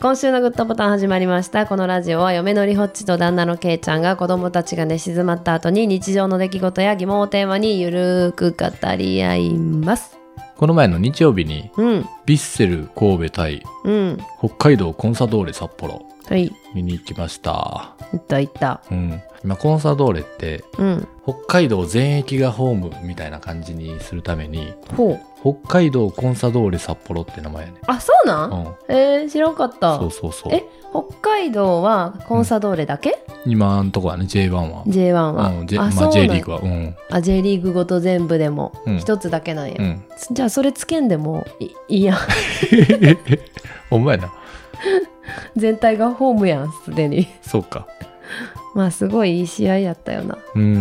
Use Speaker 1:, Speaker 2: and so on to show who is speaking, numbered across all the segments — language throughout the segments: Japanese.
Speaker 1: 今週のグッドボタン始まりましたこのラジオは嫁のりほっちと旦那のけいちゃんが子供たちが寝静まった後に日常の出来事や疑問をテーマにゆるーく語り合います
Speaker 2: この前の日曜日に
Speaker 1: うん
Speaker 2: ヴィッセル神戸対
Speaker 1: うん
Speaker 2: 北海道コンサドーレ札幌
Speaker 1: はい
Speaker 2: 見に行きました。
Speaker 1: いったいった
Speaker 2: うん。今コンサドーレって
Speaker 1: うん
Speaker 2: 北海道全域がホームみたいな感じにするために
Speaker 1: ほう
Speaker 2: 北海道コンサドーレ札幌って名前やね。
Speaker 1: あそうな、
Speaker 2: うんん。
Speaker 1: えー、知らんかった
Speaker 2: そうそうそう。
Speaker 1: え北海道はコンサドーレだけ、
Speaker 2: 今んとこはね J1 は。
Speaker 1: J1 は、
Speaker 2: うん、J
Speaker 1: あ、
Speaker 2: ま
Speaker 1: そうな
Speaker 2: あ、
Speaker 1: ん
Speaker 2: J リーグは。うん。
Speaker 1: あ J リーグごと全部でも
Speaker 2: うん
Speaker 1: 一つだけなんや、
Speaker 2: うん。
Speaker 1: じゃあそれつけんでもいいいやん
Speaker 2: ほんまやな。
Speaker 1: 全体がホームやんすでに
Speaker 2: そうか。
Speaker 1: まあすごいいい試合やったよな
Speaker 2: う。
Speaker 1: うん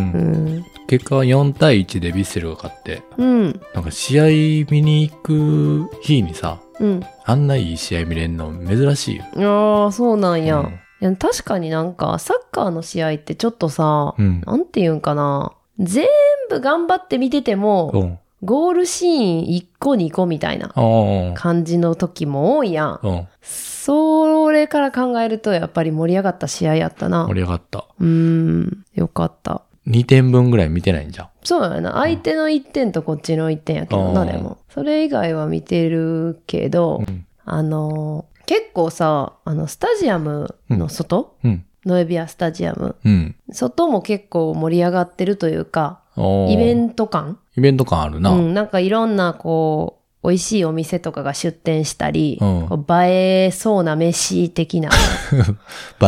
Speaker 1: ん
Speaker 2: 結果は4対1でヴィッセルが勝って、
Speaker 1: うん
Speaker 2: なんか試合見に行く日にさ、
Speaker 1: うん
Speaker 2: あんないい試合見れんの珍しいよ。
Speaker 1: ああそうなんや、
Speaker 2: うん
Speaker 1: いや確かになんかサッカーの試合ってちょっとさ、
Speaker 2: うん。
Speaker 1: なんていうんかな全部頑張って見てても
Speaker 2: うん。
Speaker 1: ゴールシーン1個2個みたいな
Speaker 2: ああ。
Speaker 1: 感じの時も多いやん
Speaker 2: うん。
Speaker 1: それから考えるとやっぱり盛り上がった試合やったな
Speaker 2: 盛り上がった。
Speaker 1: うーんよかった
Speaker 2: 2点分ぐらい見てないんじゃん。
Speaker 1: そうやな。相手の1点とこっちの1点やけど
Speaker 2: う
Speaker 1: な、
Speaker 2: ん
Speaker 1: でも。それ以外は見てるけど、
Speaker 2: うん
Speaker 1: あのー、結構さ、あの、スタジアムの外、
Speaker 2: うん。
Speaker 1: ノエビアスタジアム。
Speaker 2: うん。
Speaker 1: 外も結構盛り上がってるというか、
Speaker 2: おー
Speaker 1: イベント感
Speaker 2: イベント感あるな。
Speaker 1: う
Speaker 2: うん。
Speaker 1: ん、なんかいろんなこう、美味しいお店とかが出店したり、こう映えそうな飯的 な、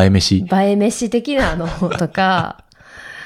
Speaker 2: 映え飯。
Speaker 1: 映え飯的なのとか、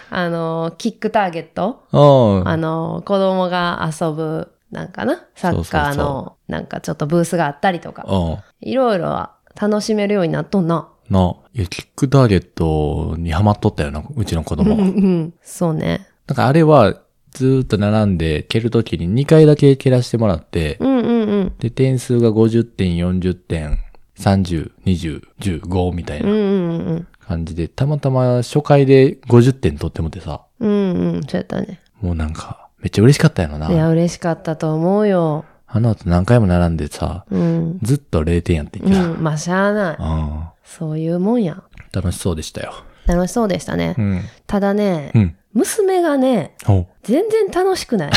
Speaker 1: あのー、キックターゲット
Speaker 2: うん。
Speaker 1: あの、子供が遊ぶ、なんかな、サッカー
Speaker 2: そうそう
Speaker 1: の、なんかちょっとブースがあったりとか、
Speaker 2: うん。
Speaker 1: いろいろは楽しめるようになっとんな。
Speaker 2: な。いや、キックターゲットにハマっとったよな、うちの子
Speaker 1: うん
Speaker 2: 供。
Speaker 1: う
Speaker 2: なん
Speaker 1: んそうね。
Speaker 2: んかあれは、ずーっと並んで蹴るときに2回だけ蹴らしてもらって、
Speaker 1: うんうんうん。
Speaker 2: で、点数が50点、40点、30、20、15みたい
Speaker 1: うん
Speaker 2: な
Speaker 1: うんうん。
Speaker 2: 感じで、たまたま初回で50点取ってもってさ、
Speaker 1: うんうん。そうやったね。
Speaker 2: もうなんか、めっちゃ嬉しかったやろ
Speaker 1: いや、
Speaker 2: な。
Speaker 1: 嬉しかったと思うよ。
Speaker 2: あの後何回も並んでさ、
Speaker 1: うん。
Speaker 2: ずっと0点やってん
Speaker 1: う
Speaker 2: けど、うん
Speaker 1: ん。まあ、しゃあない。そういうもんや。
Speaker 2: 楽しそうでしたよ。
Speaker 1: 楽しそうでしたね
Speaker 2: う。ん。
Speaker 1: ただね
Speaker 2: う、ん。
Speaker 1: 娘がね、
Speaker 2: お
Speaker 1: 全然楽しく ない。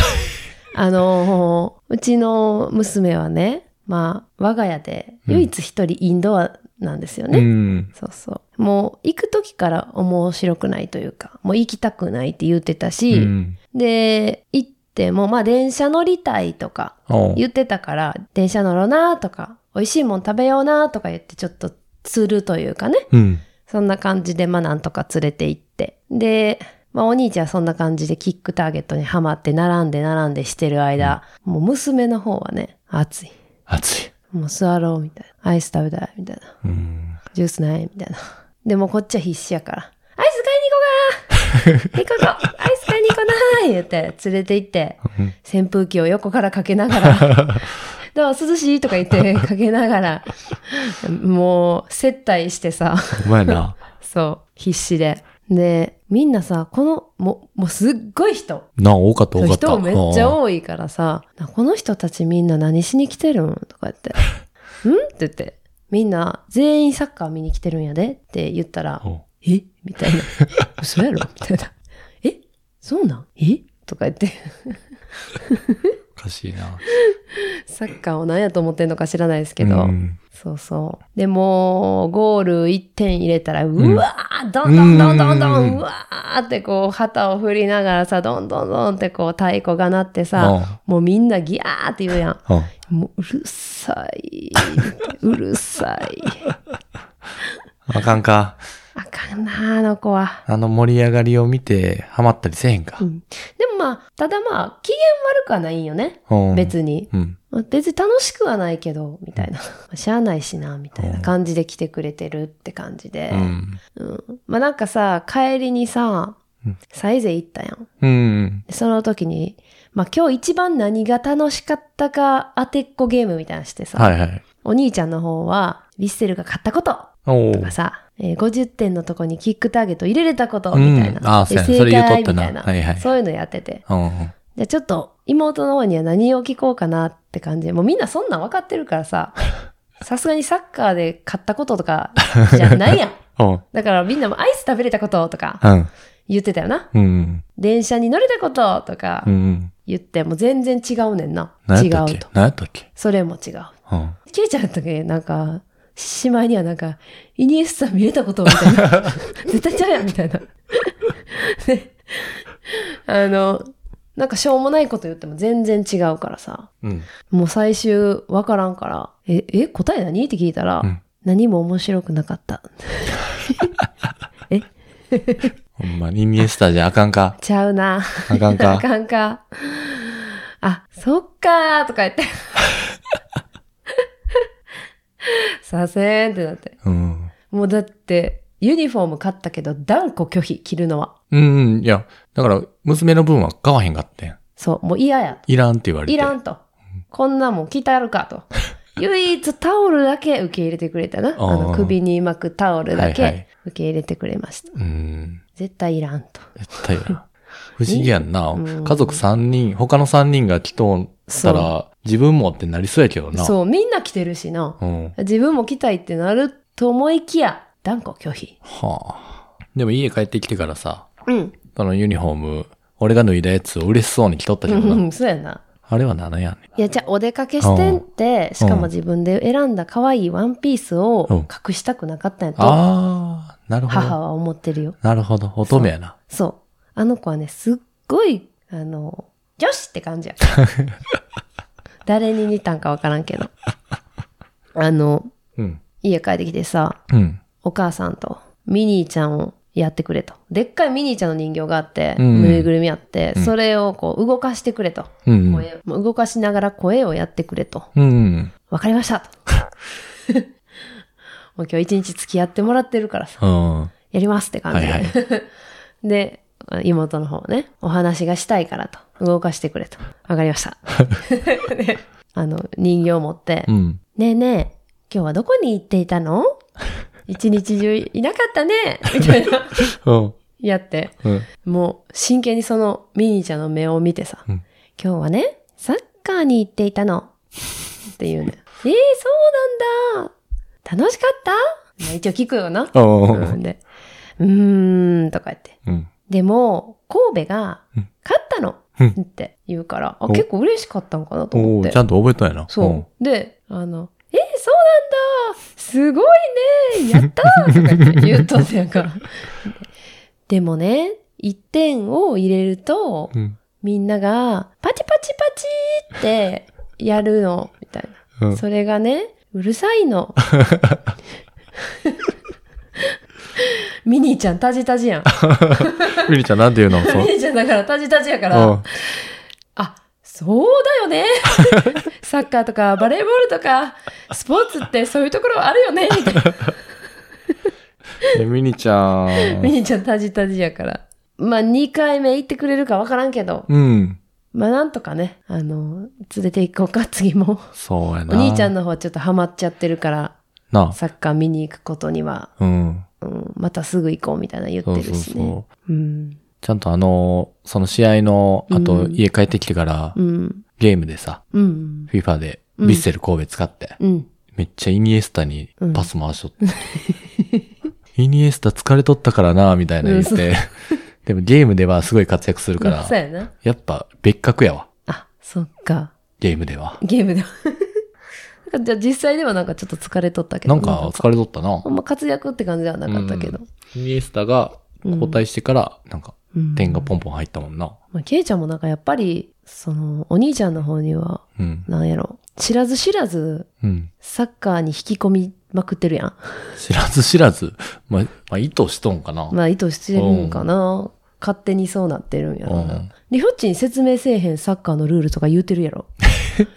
Speaker 1: あのーうちの娘はね、まあ、我が家で唯一一人インドアなんですよね。
Speaker 2: うん。
Speaker 1: そうそう。もう、行く時から面白くないというか、もう行きたくないって言ってたし、
Speaker 2: うん。
Speaker 1: で、行っても、まあ、電車乗りたいとか
Speaker 2: おう
Speaker 1: 言ってたから、電車乗ろうなとか、美味しいもん食べようなとか言って、ちょっと釣るというかね。
Speaker 2: うん。
Speaker 1: そんな感じで、まあ、なんとか連れて行って。で、まあ、お兄ちゃんはそんな感じでキックターゲットにはまって、並んで並んでしてる間、もう娘の方はね、暑い。
Speaker 2: 暑い。
Speaker 1: もう座ろう、みたいな。アイス食べたい、みたいな。
Speaker 2: うん。
Speaker 1: ジュースない、みたいな。でもこっちは必死やから。アイス買いに行こうか行こうかアイス買いに行こうなー言って、連れて行って、扇風機を横からかけなが ら、どう涼しいとか言ってかけながら、もう接待してさ、
Speaker 2: お前な。
Speaker 1: そう、必死で。で、みんなさ、この、もう、もうすっごい人。
Speaker 2: な、多かった、多かった。
Speaker 1: 人めっちゃ
Speaker 2: おう
Speaker 1: 多いからさ、なこの人たちみんな何しに来てるんとか言 って。んって言って。みんな全員サッカー見に来てるんやでって言ったら、
Speaker 2: おう
Speaker 1: えみたいな。嘘やろみたいな。えそうなんえとか言って。
Speaker 2: おかしいな。
Speaker 1: サッカーを何やと思ってんのか知らないですけど。
Speaker 2: うん
Speaker 1: そうそう。でもう、ゴール1点入れたら、うんわー、どんどんどんどんど、
Speaker 2: うんん
Speaker 1: うわーってこう、旗を振りながらさ、どんどんどんってこう、太鼓が鳴ってさ、もうみんなギャーって言うやん。
Speaker 2: うん
Speaker 1: もう、うるさい。うるさい。
Speaker 2: あかんか。
Speaker 1: あかんな、あの子は。
Speaker 2: あの盛り上がりを見て、ハマったりせえへんか
Speaker 1: う。んでもまあ、ただまあ、機嫌悪くはないんよね。
Speaker 2: うん
Speaker 1: 別に。
Speaker 2: うん。
Speaker 1: まあ別に楽しくはないけど、みたいな。しゃあないしな、みたいな感じで来てくれてるって感じで
Speaker 2: う。ん。
Speaker 1: うんまあなんかさ、帰りにさ
Speaker 2: うん、
Speaker 1: サイゼ行ったやん。
Speaker 2: うん。
Speaker 1: でその時に、まあ今日一番何が楽しかったか当てっこゲームみたいなのしてさ、
Speaker 2: はいはい。
Speaker 1: お兄ちゃんの方は、ヴィッセルが買ったこと
Speaker 2: お
Speaker 1: とか
Speaker 2: う
Speaker 1: さ、えー50点のとこにキックターゲット入れれたこと
Speaker 2: うん
Speaker 1: みたいな。
Speaker 2: あーそうや
Speaker 1: で
Speaker 2: それ言うとっ
Speaker 1: みた
Speaker 2: たない
Speaker 1: な、
Speaker 2: はいはい
Speaker 1: そういうのやってて。
Speaker 2: うん。
Speaker 1: じゃあちょ っと妹の方には何を聞こうかなって感じでもうみんなそんなん分かってるからさ、さすがにサッカーで勝ったこととかじゃないやん。
Speaker 2: うん。
Speaker 1: だからみんなもアイス食べれたこととか
Speaker 2: うん。
Speaker 1: 言ってたよな。
Speaker 2: うん。
Speaker 1: 電車に乗れたこととか
Speaker 2: うん。
Speaker 1: 言って、もう全然違うねんな。
Speaker 2: 何
Speaker 1: 違
Speaker 2: やったっ
Speaker 1: う
Speaker 2: け
Speaker 1: と。
Speaker 2: 何やったっけ
Speaker 1: それも違う。
Speaker 2: うん。
Speaker 1: キリちゃんやったっけなんか、しまいにはなんか、イニエスタ見れたことみたい な。絶対ちゃうやんみたいな。で、あの、なんかしょうもないこと言っても全然違うからさ。
Speaker 2: うん。
Speaker 1: もう最終わからんから、え、え、答え何って聞いたら、
Speaker 2: うん
Speaker 1: 何も面白くなかった。
Speaker 2: ほんまにイニエスタじゃあかんか。
Speaker 1: ちゃうな。
Speaker 2: あかん
Speaker 1: あ
Speaker 2: か。
Speaker 1: かんか。あ、そっかーとか言って。 させんってなって。
Speaker 2: うん。
Speaker 1: もうだって、ユニフォーム買ったけど断固拒否、着るのは。
Speaker 2: うんうん。いや、だから、娘の分は買わへんかったん。
Speaker 1: そう、もう嫌や。
Speaker 2: いらんって言われて。
Speaker 1: いらんと。こんなもん着たるか と。唯一タオルだけ受け入れてくれたな。あの首に巻くタオルだ
Speaker 2: はいはい
Speaker 1: け受け入れてくれました。
Speaker 2: うん。
Speaker 1: 絶対いらんと。
Speaker 2: 絶対いら ん。不思議やんな。
Speaker 1: うん
Speaker 2: 家族3人、他の3人が来とったら、自分もってなりそうやけどな。う。
Speaker 1: そう、みんな着てるしな。
Speaker 2: ん。
Speaker 1: 自分も着たいってなると思いきや、断固拒否。
Speaker 2: はあ。でも家帰ってきてからさ、
Speaker 1: うん。
Speaker 2: そのユニフォーム、俺が脱いだやつを嬉しそうに着とったけ
Speaker 1: う
Speaker 2: どな。
Speaker 1: ん、そうやな。
Speaker 2: あれは何やね
Speaker 1: いや、じゃあお出かけしてんって、しかも自分で選んだ可愛いワンピース
Speaker 2: うん
Speaker 1: を隠したくなかったんやと、
Speaker 2: ああ、なるほ
Speaker 1: 母
Speaker 2: ど。
Speaker 1: は思ってるよ。
Speaker 2: なるほど。乙女やな。
Speaker 1: そう。あの子はね、すっごい、あの、よしって感じ や。誰に似たんかわからんけど。あの、
Speaker 2: うん。
Speaker 1: 家帰ってきてさ、
Speaker 2: うん。
Speaker 1: お母さんとミニーちゃんをやってくれと。でっかいミニーちゃんの人形があって、
Speaker 2: うん
Speaker 1: ぬいぐるみあって、それをこう動かしてくれと。
Speaker 2: うん。
Speaker 1: 声を動かしながら声をやってくれと。
Speaker 2: うん。
Speaker 1: わかりました と。もう今日一日付き合ってもらってるからさ、
Speaker 2: うん。は
Speaker 1: やりますって
Speaker 2: い
Speaker 1: 感じで。
Speaker 2: はい。
Speaker 1: で、妹の方はね、お話がしたいからと。動かしてくれと。わかりま した。であの、人形を持って、
Speaker 2: うん。
Speaker 1: ねえねえ、今日はどこに行っていたの一日中いなかったね みたいな。
Speaker 2: うん。
Speaker 1: やって。
Speaker 2: うん。
Speaker 1: もう真剣にそのミニーちゃんの目を見てさ、
Speaker 2: うん
Speaker 1: 今日はね、サッカーに行っていたの。って いうね。えー、そうなんだ。楽しかったまあ一応聞くよな。うん、で、うーん、とか言って。
Speaker 2: うん。
Speaker 1: でも、神戸が
Speaker 2: うん
Speaker 1: 勝ったの、
Speaker 2: うん
Speaker 1: って言うから、あ、
Speaker 2: お
Speaker 1: 結構嬉しかったのかなと思
Speaker 2: お
Speaker 1: っ
Speaker 2: お
Speaker 1: て
Speaker 2: ち。ゃんと覚えたんやな。
Speaker 1: そう。で、あの、えー、そうなんだすごいねやったーとか言って言っとったやんか。 でもね、1点を入れると、
Speaker 2: うん。
Speaker 1: みんなが、パチパチパチーってやるの、みたい
Speaker 2: うん。う
Speaker 1: な。
Speaker 2: ん。
Speaker 1: それがね、うるさい の。ミニーちゃんタジタジやん。
Speaker 2: ミリちゃんなんて言うのそ
Speaker 1: ミ
Speaker 2: う。
Speaker 1: ニーちゃんだからタジタジやから、
Speaker 2: うん。
Speaker 1: あ、そうだよ ね。サッカーとかバレーボールとか、スポーツってそういうところあるよね。みたいな
Speaker 2: えミニちゃん
Speaker 1: ミ。ニちゃんタジタジやから。まあ、2回目行ってくれるかわからんけど、
Speaker 2: うん。
Speaker 1: まあ、なんとかね、あの、連れて行こうか、次も。
Speaker 2: そうや
Speaker 1: お
Speaker 2: な。
Speaker 1: 兄ちゃんの方はちょっとハマっちゃってるから、
Speaker 2: な
Speaker 1: サッカー見に行くことには、
Speaker 2: あ。うん。
Speaker 1: うん、またすぐ行こうみたいな言っ
Speaker 2: そ
Speaker 1: て
Speaker 2: う
Speaker 1: るし
Speaker 2: そう
Speaker 1: ね。
Speaker 2: そう。
Speaker 1: うん。
Speaker 2: ちゃんとあの、その試合の、あと
Speaker 1: うん
Speaker 2: 家帰ってきてから、
Speaker 1: うん。
Speaker 2: ゲームでさ、
Speaker 1: うん。
Speaker 2: FIFA で、
Speaker 1: うん
Speaker 2: ヴィッセル神戸使って、
Speaker 1: うん。
Speaker 2: めっちゃイニエスタにパス回しとって。 イニエスタ疲れとったからな、みたいな言っ
Speaker 1: うん
Speaker 2: て。 でもゲームではすごい活躍するから
Speaker 1: そう、やな。
Speaker 2: やっぱ別格やわ、
Speaker 1: あ、そっか。
Speaker 2: ゲームでは。
Speaker 1: ゲームでは。なんかじゃあ実際ではなんかちょっと疲れとったけど。
Speaker 2: なんか疲れとったな
Speaker 1: あ。んま活躍って感じではなかったけど。
Speaker 2: イニエスタが交代してから、なんか
Speaker 1: うん
Speaker 2: 点がポンポン入ったもんな。
Speaker 1: まあ、ケイちゃんもなんかやっぱり、その、お兄ちゃんの方には、
Speaker 2: うん。
Speaker 1: なんやろ、知らず知らず、
Speaker 2: うん。
Speaker 1: サッカーに引き込みまくってるやん。
Speaker 2: 知らず知らず、まあ、まあ、意図しとんかな。
Speaker 1: まあ、意図してるんかな。勝手にそうなってるんやろ
Speaker 2: う。
Speaker 1: なんリフォッチに説明せえへんサッカーのルールとか言うてるやろ。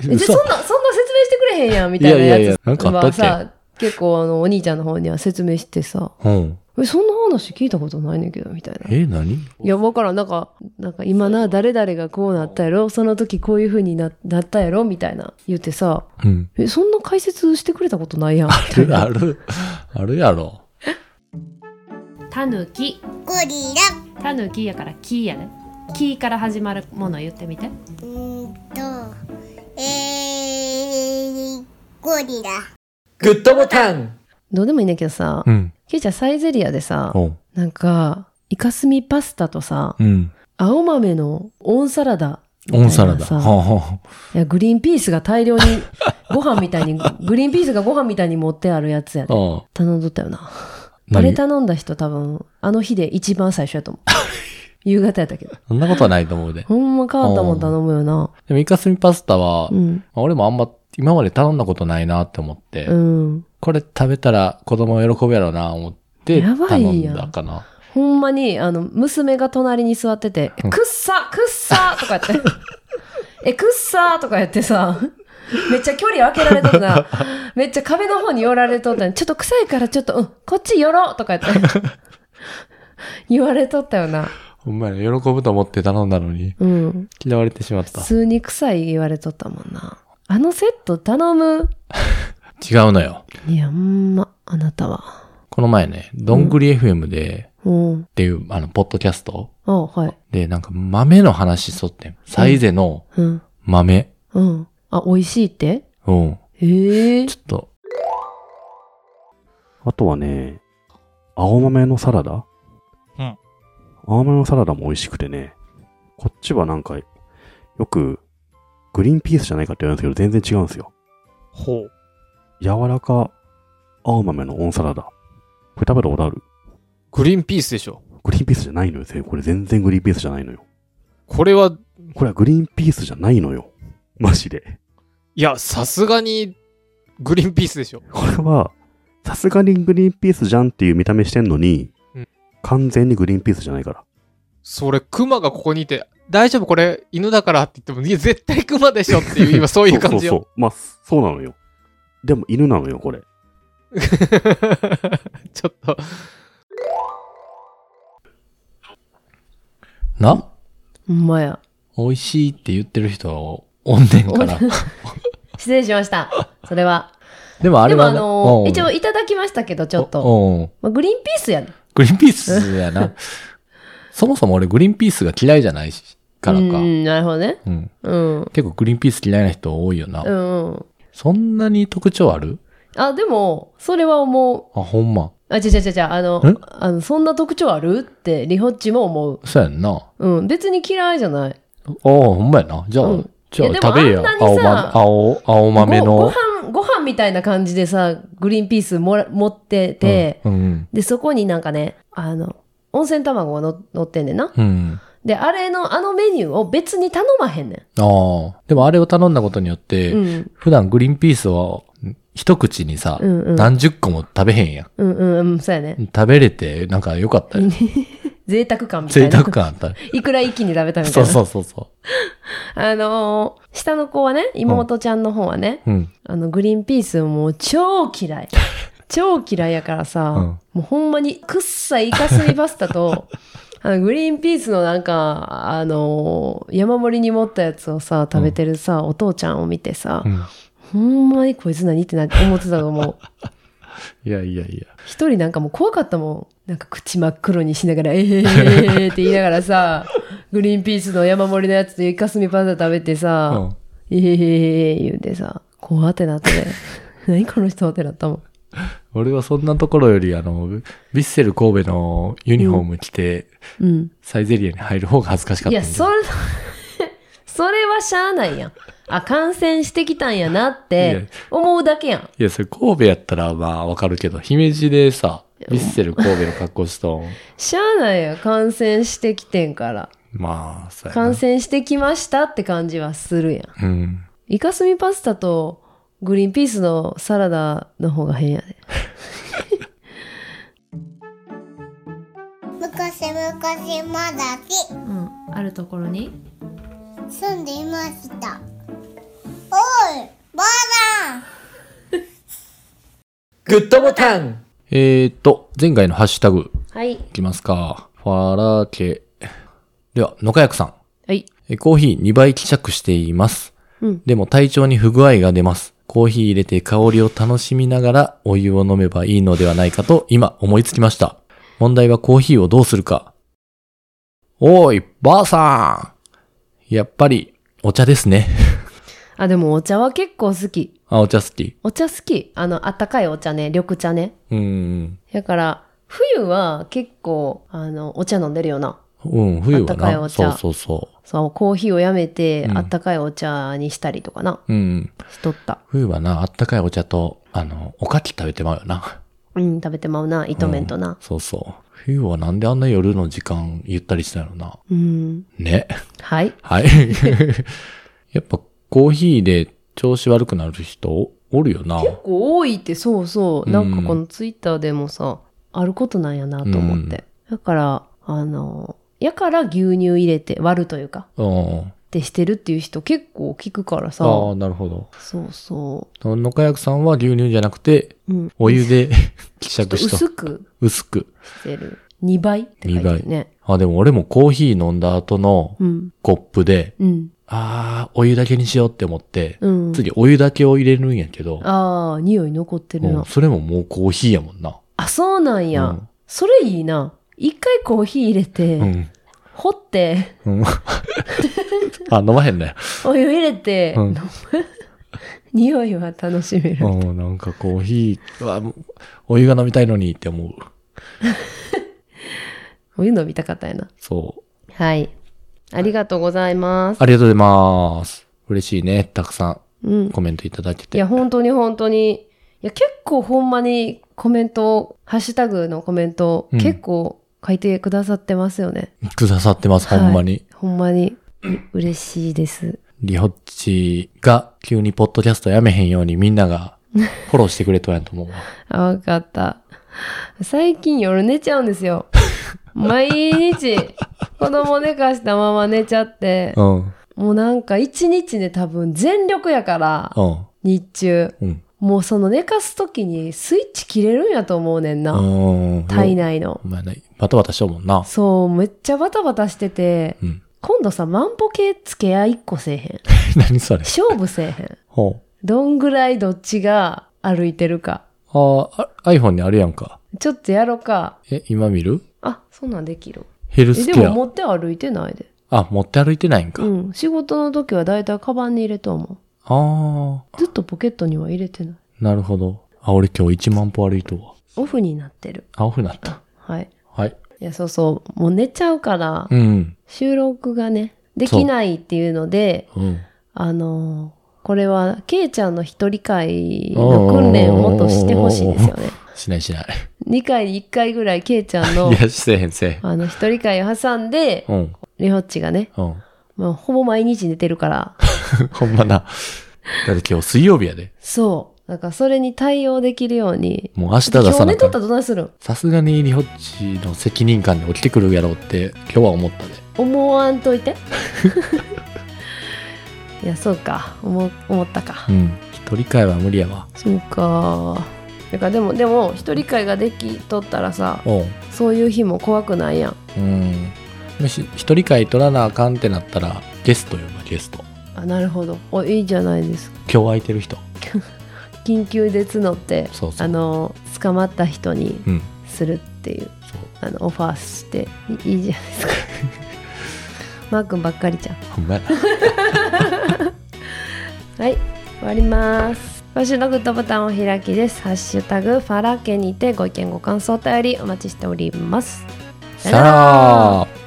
Speaker 1: え、で
Speaker 2: 嘘
Speaker 1: そんな、そんな説明してくれへんやん、みたいなやつ。
Speaker 2: いやいやいやなんかあったっけ
Speaker 1: まあさ、結構あの、お兄ちゃんの方には説明してさ、
Speaker 2: うん。
Speaker 1: え、そんな話聞いたことないねんけど、みたいな。
Speaker 2: え、何
Speaker 1: いや、わからん。なんか、なんか今な、誰々がこうなったやろその時こういう風にななったやろみたいな言ってさ、
Speaker 2: うん。
Speaker 1: え、そんな解説してくれたことないやん。
Speaker 2: あるある、あるやろ。
Speaker 1: たぬき。
Speaker 3: ゴリラ。
Speaker 1: たぬきやから、きやね。きから始まるもの言ってみて。
Speaker 3: うーんと、えー、ゴリラ。
Speaker 2: グッドボタン
Speaker 1: どうでもいいねんだけどさ、
Speaker 2: うん。
Speaker 1: ケイちゃんサイゼリアでさ、
Speaker 2: おう。
Speaker 1: なんか、イカスミパスタとさ、
Speaker 2: うん。
Speaker 1: 青豆のオンサラダ。
Speaker 2: オンサラダ。
Speaker 1: さ
Speaker 2: はあはい
Speaker 1: や、グリーンピースが大量に、ご飯みたいに、グリーンピースがご飯みたいに持ってあるやつや
Speaker 2: あ
Speaker 1: ね。
Speaker 2: はあ。
Speaker 1: 頼んどったよな。あれ
Speaker 2: 何
Speaker 1: 頼んだ人多分、あの日で一番最初やと 思う。夕方やったけど。
Speaker 2: そんなことはないと思うで。
Speaker 1: ほんま変わったもん頼むよな。
Speaker 2: でも、イカスミパスタは、
Speaker 1: うん。
Speaker 2: まあ俺もあんま、今まで頼んだことないなって思って、
Speaker 1: うん。
Speaker 2: これ食べたら子供喜ぶやろうな思って、
Speaker 1: やば
Speaker 2: 頼
Speaker 1: いや
Speaker 2: ん
Speaker 1: ん
Speaker 2: だかな。
Speaker 1: ほんまに、あの、娘が隣に座ってて、
Speaker 2: う
Speaker 1: え
Speaker 2: ん
Speaker 1: くっさくっさとか 言って、え、くっさとか言ってさ、めっちゃ距離開けられとった。めっちゃ壁の方に寄られとった。ちょっと臭いからちょっと、うん、こっち寄ろうとか言って、言われとったよな。
Speaker 2: ほんまや喜ぶと思って頼んだのに、
Speaker 1: うん。
Speaker 2: 嫌われてしまった
Speaker 1: 普。通に臭い言われとったもんな。あのセット頼む。
Speaker 2: 違うのよ。
Speaker 1: いや、ほんま、あなたは。
Speaker 2: この前ね、どんぐり FM で、
Speaker 1: うん
Speaker 2: っ。ていう、あの、ポッドキャスト
Speaker 1: あ、はい。
Speaker 2: で、なんか豆の話しとってん。サイゼの
Speaker 1: うん。
Speaker 2: 豆。
Speaker 1: うん。あ、美味しいって
Speaker 2: うん。
Speaker 1: ええ
Speaker 2: ちょっと、
Speaker 3: あとはね、青豆のサラダ
Speaker 2: うん。
Speaker 3: 青豆のサラダも美味しくてね、こっちはなんか、よく、グリーンピースじゃないかって言われるんですけど、全然違うんですよ。
Speaker 2: ほう。
Speaker 3: 柔らか、青豆のオンサラダ。これ食べたことある
Speaker 4: グリーンピースでしょ。
Speaker 3: グリーンピースじゃないのよ、全これ全然グリーンピースじゃないのよ。
Speaker 4: これは、
Speaker 3: これはグリーンピースじゃないのよ。マジで。
Speaker 4: いや、さすがに、グリーンピースでしょ。
Speaker 3: これは、さすがにグリーンピースじゃんっていう見た目してんのに、
Speaker 4: うん
Speaker 3: 完全にグリーンピースじゃないから。
Speaker 4: それ、クマがここにいて、大丈夫これ、犬だからって言っても、いや、絶対クマでしょっていう、今そういう感じ
Speaker 3: そうそう
Speaker 4: よ。
Speaker 3: そう。まあ、そうなのよ。でも犬なのよ、これ。
Speaker 4: ちょっと、
Speaker 2: な
Speaker 1: ほんまや。
Speaker 2: 美味しいって言ってる人はおんねんから。
Speaker 1: 失礼しました。それは。
Speaker 2: で もあれ
Speaker 1: でも
Speaker 2: は
Speaker 1: あ
Speaker 2: な、
Speaker 1: の
Speaker 2: うん
Speaker 1: ー一応いただきましたけど、ちょっと。
Speaker 2: おうん
Speaker 1: まあ、グリーンピースやね。
Speaker 2: グリーンピース やな。そもそも俺グリーンピースが嫌いじゃないし、から
Speaker 1: うん
Speaker 2: か
Speaker 1: う。ん、なるほどね。
Speaker 2: うん。
Speaker 1: うん。うん
Speaker 2: 結構グリーンピース嫌いな人多いよな。
Speaker 1: うん。
Speaker 2: そんなに特徴ある
Speaker 1: あ、でも、それは思う。
Speaker 2: あ、ほんま。
Speaker 1: あ、違う違う違う、あの
Speaker 2: ん、
Speaker 1: あのそんな特徴あるって、リホッチも思う。
Speaker 2: そうやんな。あ
Speaker 1: うん、別に嫌いじゃない。
Speaker 2: あ、ほんまやな。じゃあ、
Speaker 1: うん
Speaker 2: じゃあ
Speaker 1: いやでも
Speaker 2: 食べえや
Speaker 1: あんな。にさ
Speaker 2: 青ま、青、青豆
Speaker 1: ごご
Speaker 2: の。
Speaker 1: 飯、ご飯みたいな感じでさ、グリーンピースもら持ってて、
Speaker 2: うん、うん。
Speaker 1: で、そこになんかね、あの、温泉卵がの乗ってんねんな。
Speaker 2: うん。
Speaker 1: で、あれの、あのメニューを別に頼まへんね
Speaker 2: ああ。でもあれを頼んだことによって、
Speaker 1: ん。うん。
Speaker 2: 普段グリーンピースは一口にさ、
Speaker 1: うんうん
Speaker 2: 何十個も食べへんやん。
Speaker 1: うんうんうん、そうやね。
Speaker 2: 食べれて、なんか良かったよ。
Speaker 1: 贅沢感みたい
Speaker 2: 贅
Speaker 1: な。
Speaker 2: 沢感あった。
Speaker 1: いくら一気に食べたみた
Speaker 2: そ
Speaker 1: いうな。
Speaker 2: そうそうそ
Speaker 1: あのー下の子はね、妹ちゃんの方はね、
Speaker 2: う。うん。
Speaker 1: あの、グリーンピースもう超嫌 い。超嫌いやからさ、
Speaker 2: うん
Speaker 1: もうほんまにくっさいイカスミパスタ と、あの、グリーンピースのなんか、あのー山盛りに持ったやつをさ、食べてるさ、お父ちゃんを見てさ、
Speaker 2: うん
Speaker 1: ほんまにこいつ何ってな思ってたと 思う。
Speaker 2: いやいやいや。
Speaker 1: 一人なんかもう怖かったもん。なんか口真っ黒にしながら、えー、えー、えーって言いながら さ、グリーンピースの山盛りのやつとイカスミパスタ食べてさ、えー、えー、えー言うてさ、怖ってなって。 何この人ってなったもん。
Speaker 2: 俺はそんなところより、あの、ヴィッセル神戸のユニフォーム着て、
Speaker 1: うん。
Speaker 2: サイゼリアに入る方が恥ずかしかった
Speaker 1: い
Speaker 2: んだ
Speaker 1: や、それ、 それはしゃあないやん。あ、感染してきたんやなっ
Speaker 2: いや
Speaker 1: て思うだけやん。
Speaker 2: いや、それ神戸やったらまあわかるけど、姫路でさ、ヴィッセル神戸の格好しとん。
Speaker 1: しゃあないやん。感染してきてんから。
Speaker 2: まあ、そうやな
Speaker 1: 感染してきましたって感じはするやん。
Speaker 2: うん。
Speaker 1: イカスミパスタとグリーンピースのサラダの方が変やで。
Speaker 5: 昔昔まだし
Speaker 1: うん。あるところに
Speaker 5: 住んでいましたおいばあさん
Speaker 2: えーっと、前回のハッシュタグ
Speaker 1: はい。
Speaker 2: いきますか。ファラケ。では、野家役さん。
Speaker 1: はい。
Speaker 2: えコーヒー2倍希釈しています。
Speaker 1: うん
Speaker 2: でも体調に不具合が出ます。コーヒー入れて香りを楽しみながらお湯を飲めばいいのではないかと今思いつきました。問題はコーヒーをどうするか。おい、ばあさんやっぱりお茶ですね。
Speaker 1: あ、でもお茶は結構好き。
Speaker 2: あ、お茶好き。
Speaker 1: お茶好き。あの、あったかいお茶ね、緑茶ね。
Speaker 2: うん。
Speaker 1: だから、冬は結構、あの、お茶飲んでるよな。
Speaker 2: うん、冬は
Speaker 1: あったかいお
Speaker 2: な。そ
Speaker 1: 茶
Speaker 2: うそうそ
Speaker 1: そう、コーヒーをやめて
Speaker 2: う、ん
Speaker 1: あったかいお茶にしたりとかな、
Speaker 2: う。うん。
Speaker 1: しとった。
Speaker 2: 冬はな、あったかいお茶と、あの、おかき食べてまうよな。
Speaker 1: うん、食べてまうな、糸麺とな。
Speaker 2: そうそう。冬はなんであんな夜の時間ゆったりしたのな。
Speaker 1: うん。
Speaker 2: ね。
Speaker 1: はい。
Speaker 2: はい。やっぱコーヒーで調子悪くなる人おるよな。
Speaker 1: 結構多いって、そうそう。
Speaker 2: うん
Speaker 1: なんかこのツイッターでもさ、あることなんやなと思って。だから、あの、やから牛乳入れて割るというか、
Speaker 2: うん。
Speaker 1: ってしてるっていう人結構聞くからさ、
Speaker 2: ああ、なるほど。
Speaker 1: そうそ
Speaker 2: 野家薬さんは牛乳じゃなくて、
Speaker 1: う。うん。
Speaker 2: お湯で 希
Speaker 1: ちょっと
Speaker 2: 釈しと
Speaker 1: 薄く
Speaker 2: 薄く。
Speaker 1: してる。2倍って書いてるね。
Speaker 2: あ、でも俺もコーヒー飲んだ後の
Speaker 1: うん。
Speaker 2: コップで、
Speaker 1: うん。
Speaker 2: ああ、お湯だけにしようって思って、
Speaker 1: うん。
Speaker 2: 次お湯だけを入れるんやけど、
Speaker 1: ああ、匂い残ってる
Speaker 2: う
Speaker 1: な。
Speaker 2: んそれももうコーヒーやもんな。
Speaker 1: あ、そうなんや。
Speaker 2: うん
Speaker 1: それいいな。一回コーヒー入れて、
Speaker 2: うん。
Speaker 1: 掘って、
Speaker 2: うんあ、飲まへんね。
Speaker 1: お湯入れて、
Speaker 2: うん
Speaker 1: 飲む。匂いは楽しめる。
Speaker 2: うん、なんかコーヒー、うわもうお湯が飲みたいのにって思う。
Speaker 1: お湯飲みたかったやな。
Speaker 2: そう。
Speaker 1: はい。ありがとうございます。
Speaker 2: ありがとうございます。嬉しいね。たくさ
Speaker 1: うん
Speaker 2: ん。コメントいただけ
Speaker 1: い
Speaker 2: て。
Speaker 1: や、本当に本当に。いや、結構ほんまにコメント、ハッシュタグのコメント、
Speaker 2: うん
Speaker 1: 結構書いてくださってますよね。
Speaker 2: くださってます、ほんまに。
Speaker 1: ほんま に。嬉しいです。
Speaker 2: リホッチが急にポッドキャストやめへんようにみんな がフォローしてくれとんやと思うわ。
Speaker 1: あ、わかった。最近夜寝ちゃうんですよ。 毎日、子供寝かしたまま寝ちゃって、
Speaker 2: うん。
Speaker 1: もうなんか一日ね、多分全力やから、
Speaker 2: うん。
Speaker 1: 日中。
Speaker 2: うん。
Speaker 1: もうその寝かす時にスイッチ切れるんやと思うねんな。
Speaker 2: うん。
Speaker 1: 体内の。
Speaker 2: お前ね、バタバタしとうもんな。
Speaker 1: そう、めっちゃバタバタしてて、
Speaker 2: うん。
Speaker 1: 今度さ、万歩計付け合い1個せえへん。
Speaker 2: 何それ。
Speaker 1: 勝負せえへん。
Speaker 2: ほう。
Speaker 1: どんぐらいどっちが歩いてるか。
Speaker 2: ああ、iPhone にあるやんか。
Speaker 1: ちょっとやろうか。
Speaker 2: え、今見る
Speaker 1: あ、そんなんできる。
Speaker 2: ヘル
Speaker 1: え、
Speaker 2: ス
Speaker 1: で
Speaker 2: ケ
Speaker 1: も
Speaker 2: ア。
Speaker 1: 持って歩いてないで。
Speaker 2: あ、持って歩いてないんか。
Speaker 1: うん。仕事の時はだいたいカバンに入れと思
Speaker 2: あ
Speaker 1: う。ずっとポケットには入れてない。
Speaker 2: あ、なるほど。あ、俺今日1万歩歩いとうわ。
Speaker 1: オフになってる。
Speaker 2: あ、オフなった。
Speaker 1: はい。
Speaker 2: はい。
Speaker 1: いや、そうそう。もう寝ちゃうから、
Speaker 2: うん。
Speaker 1: 収録がね、できないっていうので、
Speaker 2: うん。
Speaker 1: あのーこれは、ケイちゃんの一人会の訓練をもっとしてほしいんですよね。
Speaker 2: しないしない。
Speaker 1: 2回に1回ぐらいケイちゃんの
Speaker 2: い、や、せえへんせえへん。
Speaker 1: あの、一人会を挟んで、
Speaker 2: うん。
Speaker 1: リホッチがね、
Speaker 2: うん。
Speaker 1: まあ、ほぼ毎日寝てるから、
Speaker 2: ほんまな。だって今日水曜日やで。
Speaker 1: そう。だから、それに対応できるように。
Speaker 2: もう明日
Speaker 1: 今
Speaker 2: 出
Speaker 1: 日
Speaker 2: さな
Speaker 1: 寝
Speaker 2: あか
Speaker 1: とっ
Speaker 2: ん
Speaker 1: たらどないするん
Speaker 2: さすがにリホッチの責任感に起きてくるやろうって今日は思ったで。
Speaker 1: 思わんと いていやそうか思思ったか
Speaker 2: うん。一人会は無理やわ。
Speaker 1: そうかだからでもでも一人会ができとったらさ
Speaker 2: おう。
Speaker 1: そういう日も怖くないやん
Speaker 2: うん。もし一人会取らなあかんってなったらゲスト呼ばゲスト。
Speaker 1: あなるほどおいいじゃないですか
Speaker 2: 今日空いてる人。
Speaker 1: 緊急で募って
Speaker 2: そうそう。
Speaker 1: あの捕まった人に
Speaker 2: うん。
Speaker 1: するっていう
Speaker 2: そう。
Speaker 1: あのオファーしていいいじゃない ですかマー君ばっかりじゃん
Speaker 2: ほんまやな。
Speaker 1: はい、終わります。今週のグッドボタンを開きです。ハッシュタグファラ家にてご意見ご感想お便りお待ちしております。
Speaker 2: さよなら